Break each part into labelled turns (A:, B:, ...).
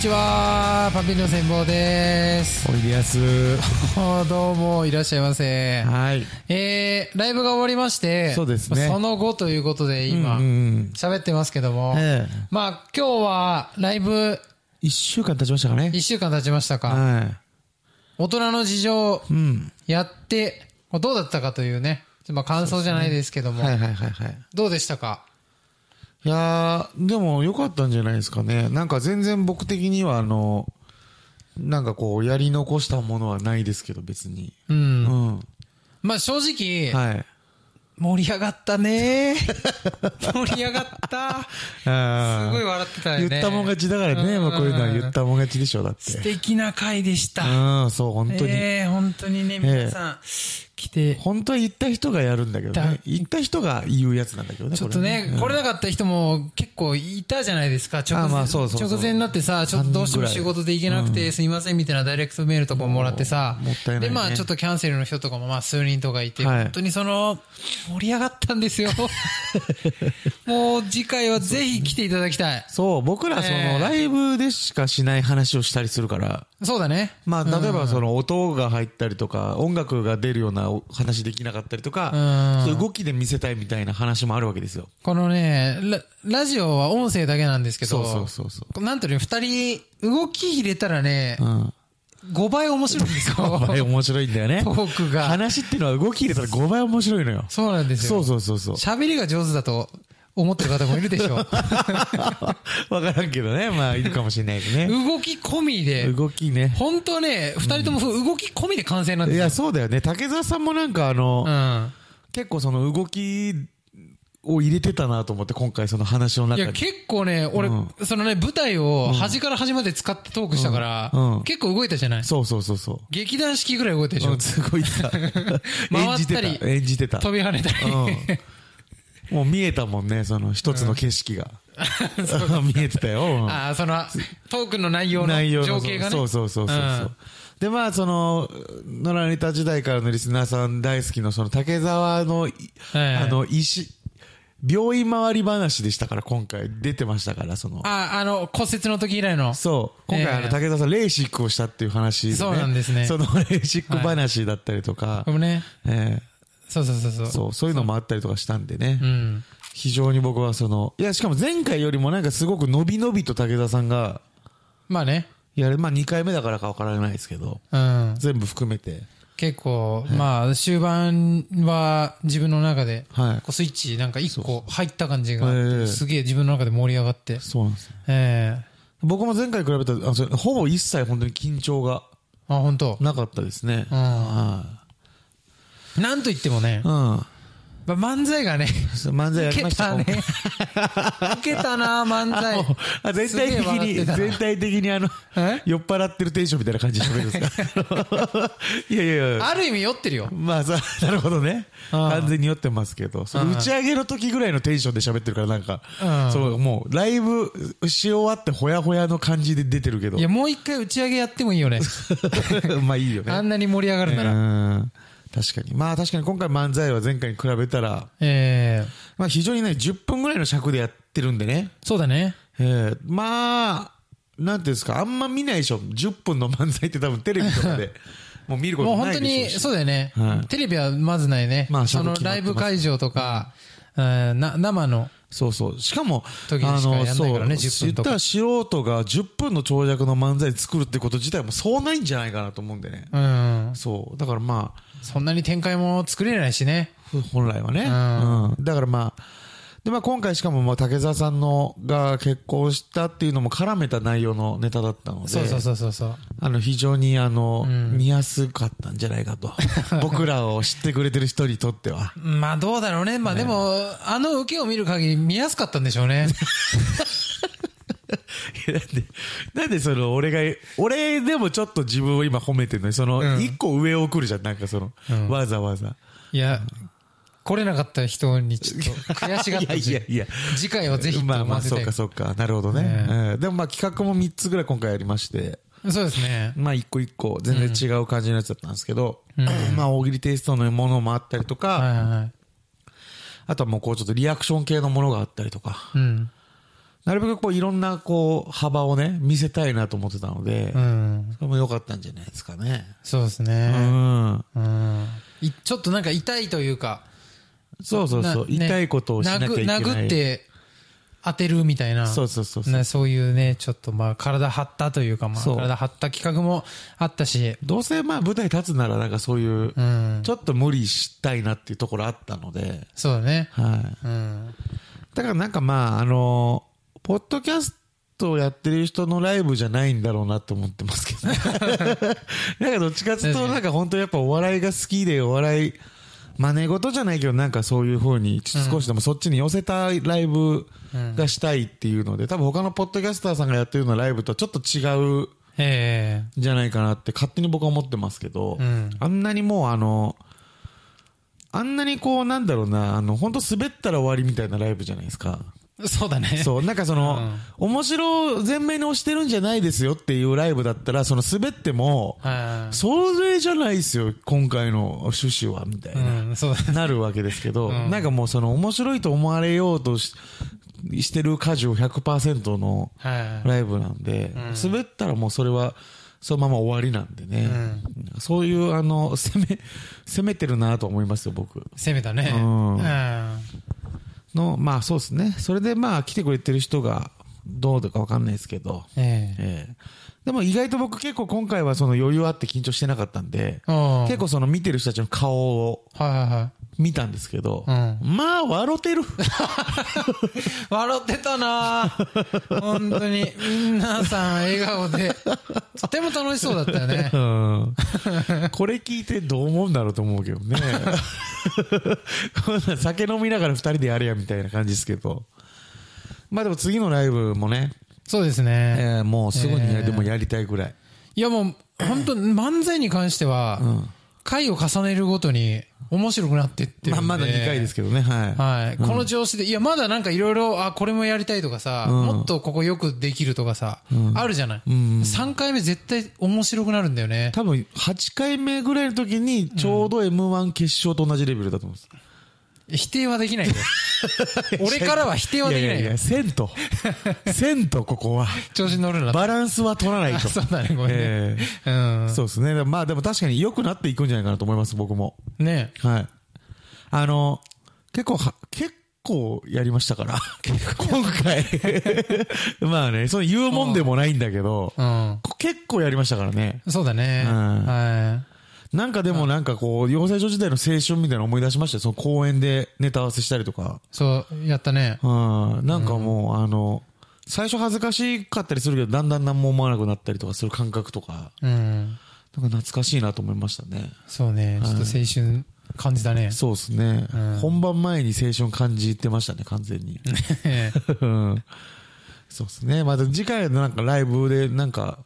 A: ちはパンピンの戦坊です
B: おいでやす。
A: どうもいらっしゃいませ
B: はい。
A: えー、ライブが終わりまして
B: そうですね
A: その後ということで今
B: うんうんうん
A: 喋ってますけども、
B: ええ
A: まあ今日はライブ
B: 一週間経ちましたかね
A: 1。週間経ちましたか
B: は
A: 大人の事情
B: い。うん。
A: やってまあどうだったかというねまあ感想じゃないですけども、
B: はいはいはいはい。
A: どうでしたか
B: いやー、でも良かったんじゃないですかね。なんか全然僕的にはあの、なんかこう、やり残したものはないですけど、別に。
A: う、
B: うんん。
A: まあ正直、
B: はい。
A: 盛り上がったね 盛り上がったす
B: あ
A: ごい笑ってたよね
B: ー言ったもん勝ちだからね。
A: うん
B: もうこういうのは言ったもん勝ちでしょ、だっ
A: 素
B: て。
A: 敵な回でした、
B: うん、そう、本当に。
A: ええ本当にね、皆さん、来て、
B: 本当は言った人がやるんだけど
A: だ
B: ね。言った人が言うやつなんだけどね、
A: ちょっとね、これなかった人も結構いたじゃないですか、直前
B: あまあそうそうそう
A: 直前になってさ、ちょっとどうしても仕事で行けなくて、すいませんみたいなダイレクトメールとかもらってさ、
B: もうもったいないね
A: で、まあちょっとキャンセルの人とかもまあ数人とかいて、
B: はい
A: 本当にその、盛り上がったんで すよ。もう次回はぜひ来ていただきたい。
B: そう、僕らその、
A: ええ
B: ライブでしかしない話をしたりするから、
A: そうだね。
B: まあ、例えばその、音が入ったりとか、音楽が出るようなお話できなかったりとか
A: う、ん
B: そういう動きで見せたいみたいな話もあるわけですよ。
A: このね、ララジオは音声だけなんですけ
B: そ
A: ど、
B: うそうそうそ
A: なんとね、二人、動き入れたらね
B: う。う、ん。
A: 5倍面白いんですよ。
B: 5倍面白いんだよね。
A: トークが。
B: 話っていうのは動き入れたら5倍面白いのよ。
A: そうなんです
B: そ
A: よ
B: う。そうそうそう。
A: 喋りが上手だと思ってる方もいるでし ょう。
B: わからんけどね。まあ、いるかもしれないけどね。
A: 動き込みで、
B: 動きね。
A: 本当ね、二人ともそう動き込みで完成なん
B: い
A: ですよ。
B: や、そうだよね。竹澤さんもなんかあの
A: う、ん。
B: 結構その動きを入れてたなと思って、今回その話の
A: い
B: 中
A: や、
B: に。
A: 結構ね、俺、そのね、舞台を端から端まで使ってトークしたから、
B: うんうん
A: 結構動いたじゃない
B: そうそうそうそう。
A: 劇団式ぐらい動いたでしょ、
B: うんすごい さ、演
A: 回っ
B: じ
A: た
B: て
A: り
B: た。演じてた。
A: 飛び跳ねたり。
B: うん。もう見えたもんね、その一つの景色 が。 見えてたよ。うん
A: ああ、その、トークの内容の
B: 内容
A: 情
B: の
A: 景がね。。
B: そうそうそうそうそううんで、まあ、その、野良ネタ時代からのリスナーさん大好きの、その竹沢のい、
A: はい
B: あの、石、病院回り話でしたから、今回出てましたから、その。
A: ああ、あの、骨折の時以来の。
B: そう。今回、あ
A: ええ
B: の、竹澤さん、レーシックをしたっていう話で、ね。
A: そうなんですね
B: その、レーシック話だったりとか、
A: これもね、
B: え
A: そうそうそうそう。
B: えそう、そういうのもあったりとかしたんでね。
A: うん。
B: 非常に僕はその、いや、しかも前回よりもなんかすごく伸び伸びと竹澤さんが、
A: まあね。
B: やる、まあ2回目だからかわからないですけど、
A: うん。
B: 全部含めて。
A: 結構、まあ、終盤は自分の中で、
B: はい
A: こうスイッチなんか一個入った感じ
B: え
A: が、
B: え
A: すげえ自分の中で盛り上がって。
B: そうなんですよ。
A: ええ。
B: 僕も前回比べたら、あそれほぼ一切本当に緊張が
A: あ、本当。
B: なかったですね。
A: うん
B: は
A: なんと言ってもね
B: い。う、ん。
A: まあ漫才がね、
B: 漫 才やり
A: 受け
B: ました
A: たね。 受けたな、漫才
B: もう。あ全体的に、
A: すげえ笑ってたな
B: 全体的にあの
A: え、
B: 酔っ払ってるテンションみたいな感じで喋るんです かいやいやいや。
A: ある意味酔ってるよ。
B: まあさ、なるほどね。
A: ああ
B: 完全に酔ってますけど、その打ち上げの時ぐらいのテンションで喋ってるからなんか
A: ああ、
B: そう、もうライブし終わってほやほやの感じで出てるけど
A: い、や、もう一回打ち上げやってもいいよね。
B: まあいいよね。
A: あんなに盛り上がるなら。
B: うん確かに。まあ確かに今回漫才は前回に比べたら、
A: ええ。
B: まあ非常にね、10分ぐらいの尺でやってるんでね。
A: そうだね。
B: ええまあ、なんていうんですか、あんま見ないでしょ。10分の漫才って多分テレビとかで、もう見るこ
A: もう
B: と
A: 本
B: な
A: 当
B: いでし
A: に、
B: ょうし。
A: そうだよね、
B: はい
A: テレビはまずないね。
B: まあ
A: その
B: 正直
A: ラ
B: な
A: イ
B: ってます
A: ブ会場とか、うんな生の、
B: そうそう。しかも、
A: 時にしかやんないからね10
B: 言っ
A: 分と
B: た
A: から
B: 素人が10分の長尺の漫才作るってこと自体もそうないんじゃないかなと思うんでね。
A: うん。
B: そう。だからまあ、
A: そんなに展開も作れないしね。
B: 本来はね。
A: うん
B: うん。だからまあ、でまあ今回しかもまあ竹澤さんのが結婚したっていうのも絡めた内容のネタだったので、
A: そうそうそうそうそう。
B: あの非常にあの、見やすかったんじゃないか と。僕らを知ってくれてる人にとっては。
A: まあどうだろうね。まあでも、あの受けを見る限り見やすかったんでしょ うね。
B: なんで、なんでその俺が、俺でもちょっと自分を今褒めてるのに、その一個上を送るじゃん、なんかその、わざわざ。
A: いや、来れなかった人にちょっと悔しがったし。
B: いやいやいや
A: 次回はぜひと思
B: まあま
A: わ
B: あ、
A: せて
B: そうかそうか。なるほどね。
A: ね
B: うんでもまあ企画も3つぐらい今回やりまして。
A: そうですね。
B: まあ一個一個全然違う感じのやつだったんですけど、まあ大喜利テイストのものもあったりとか、
A: はいはいはい。
B: あとはもうこうちょっとリアクション系のものがあったりとか、
A: うん。
B: なるべくこういろんなこう幅をね、見せたいなと思ってたので、
C: うん。
B: それも良かったんじゃないですかね。
C: そうです
B: う
C: ね。
B: ん。
C: うん。
A: いちょっとなんか痛いというか、
B: そうそうそう。
A: なね
B: 痛いことをしなきゃいけない。
A: 殴殴っ。て当てるみたいな。
B: そうそうそうそう。
C: ね
A: ね、そういうね、ちょっとまあ体張ったというか、まあ
B: そう
A: 体張った企画もあったし、
B: どうせまあ舞台立つならなんかそういう
C: う、ん。
B: ちょっと無理したいなっていうところあったので、
C: そうだね。
B: はい。
C: うん。
B: だからなんかまあ、あのーポッドキャストをやってる人のライブじゃないんだろうなと思ってますけ ど、ね、なんかどっちかっていうと、なんか本当やっぱお笑いが好きで、お笑い、真似事じゃないけど、なんかそういう風に、ちょっと少しでもそっちに寄せたライブがしたいっていうので、多分他のポッドキャスターさんがやってるようなライブとはちょっと違う
C: え
B: じゃないかなって勝手に僕は思ってますけど、
C: うん
B: あんなにもうあの、あんなにこうなんだろうな、あの、本当滑ったら終わりみたいなライブじゃないですか。
A: そうだね。
B: そう、なんかその、面白を前面に押してるんじゃないですよっていうライブだったら、その滑っても、
C: えはい。
B: それじゃないですよ、今回の趣旨は、みたいうな、
C: ん、そうだ
B: なるわけですけど、なんかもうその面白いと思われようとししてる果樹100%の
C: はい。
B: ライブなんで、滑ったらもうそれは、そのまま終わりなんでね。そういう、あの、攻め、攻めてるなと思いますよ、僕。
C: 攻めたね。
B: うん
C: う
B: の、まあそうですね。それでまあ来てくれてる人がどうだかわかんないですけ
C: ん。
B: ど。
C: ええ。
B: ええでも意外と僕結構今回はその余裕あって緊張してなかったんで、
C: うん。
B: 結構その見てる人たちの顔を
C: 構。はいはいはい。
B: 見たんですけど、
C: うん
B: まあ笑ってる。
A: 笑ってたなぁ本当に。皆さん笑顔で。とても楽しそうだったよね。
B: うん、これ聞いてどう思うんだろうと思うけどね。 こんなん酒飲みながら二人でやれやみたいな感じですけど。まあでも次のライブもね、
C: そうですね。
B: ええもうすぐに
C: え
B: や、
C: え
B: でもやりたいぐらい。
A: いやもう、本当漫才に関しては、
B: うん
A: 回を重ねるごとに面白くなってってるん
B: ま
A: で。
B: あまだ2回ですけどね、はい。
A: はい。この調子で、いや、まだなんかいろいろ、あ、これもやりたいとかさ、
B: うん
A: もっとここよくできるとかさ、あるじゃない、
B: ん
A: ?3 回目絶対面白くなるんだよね。
B: 多分8回目ぐらいの時にちょうど M1 決勝と同じレベルだと思うんです。
A: 否定はできない よ。俺からは否定はできないよ。
B: せん と。せんと、ここは。
A: 調子に乗るな。
B: バランスは取らない
A: あ
B: と。
A: そうだね、ごめんね。
B: え
A: うん
B: え。そうですね。まあでも確かに良くなっていくんじゃないかなと思います、僕も。
A: ね
B: はい。あの、結構は、結構やりましたから。今回。 まあね、そう言うもんでもないんだけど、
C: うん。
B: 結構やりましたからね。
C: そうだね。
B: うん
C: は
B: なんかでもなんかこう、養成所時代の青春みたいなの思い出しましたよ。その公園でネタ合わせしたりとか。
C: い。そう、やったね。
B: うん。なんかもう、あの、最初恥ずかしかったりするけど、だんだん何も思わなくなったりとかする感覚とか、
C: うん。
B: なんか懐かしいなと思いましたね。
C: そうね。ちょっと青春感じだね。
B: そうですね、
C: うん
B: 本番前に青春感じてましたね、完全に。うんそうですね。また次回のなんかライブで、なんか、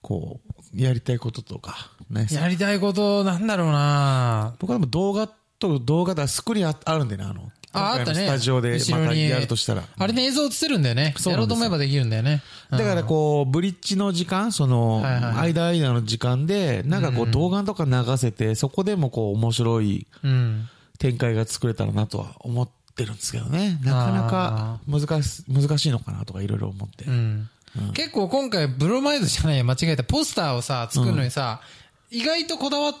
B: こう、やりたいこととか、ね。
C: やりたいことなんだろうな
B: 僕はでも動画と動画だ、スクリーンああるんでね、あの、
A: ああった
B: 今回
A: ね
B: のスタジオで
A: 後ろ
B: ま
A: に
B: たやるとしたら。
A: あれね、映像映せるんだよね。
B: そう
A: や
B: な
A: ろ
B: んですよ
A: うと思えばできるんだよね。
B: だからこう、ブリッジの時間、その、
C: はいはい
B: 間間の時間で、なんかこう動画とか流せて、そこでもこう面白い
C: うん。
B: 展開が作れたらなとは思ってるんですけどね。なかなか難し、難しいのかなとかいろいろ思って
C: う。ん。
A: 結構今回、ブロマイドじゃないや、間違えた。ポスターをさ、作るのにさ、意外とこだわっ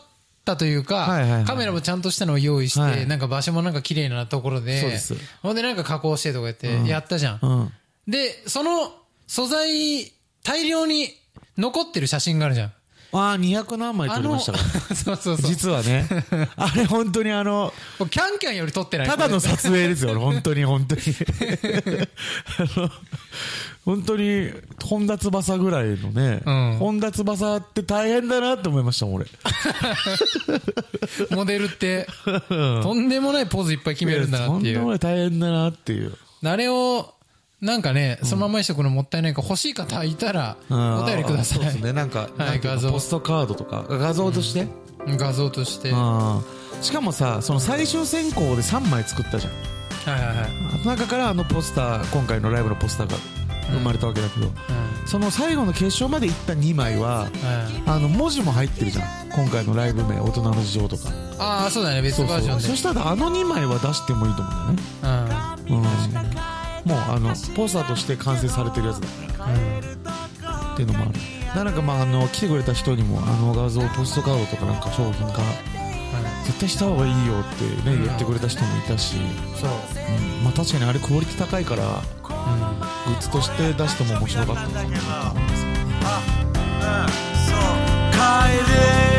A: たというか、
B: はいはいはい
A: カメラもちゃんとしたのを用意して、
B: はい
A: なんか場所もなんか綺麗なところで、
B: そうです
A: ほんでなんか加工してとかやって、やったじゃん,、
B: うん。
A: で、その素材、大量に残ってる写真があるじゃん。
B: ああ、200何枚撮りましたから。
A: そうそうそう。
B: 実は ね。あれ本当にあの、
A: これキャンキャンより撮ってない
B: ただの撮影ですよ、本当に本当に。あの、本当に、本田翼ぐらいのね、
C: ん
B: 本田翼って大変だなって思いましたもん、俺。
A: モデルって、とんでもないポーズいっぱい決めるんだなってい
B: そんな
A: う。
B: もん大変だなっていう。
A: あれを、なんかね、そのままにしとくのもったいないから、欲しい方いたら、
B: うん
A: お便りくださ
B: そうです
A: い。
B: ね、なんか、なんていうか
A: 画像
B: ポストカードとか、画像として。
A: 画像として。は
B: うんしかもさ、その最終選考で3枚作ったじゃん。
A: いはいはい。
B: あの中からあのポスター、今回のライブのポスターが生まれたわけだけど、その最後の決勝までいった2枚は、あの文字も入ってるじゃん今回のライブ名「大人の事情」とか
A: ああ、そうだね、別バージョンで。
B: そしたらあの2枚は出してもいいと思うんだよね
A: うん
B: うんもうあのポスターとして完成されてるやつだっていうのもあるななんかまああの来てくれた人にもあの画像ポストカードとかなんか商品化絶対した方がいいよってね、
C: うん
B: 言ってくれた人もいたし、
C: そう、
B: うんまあ、確かにあれクオリティ高いから
C: うん
B: グッズとして出しても面白かったと思うんですよね
D: 帰れ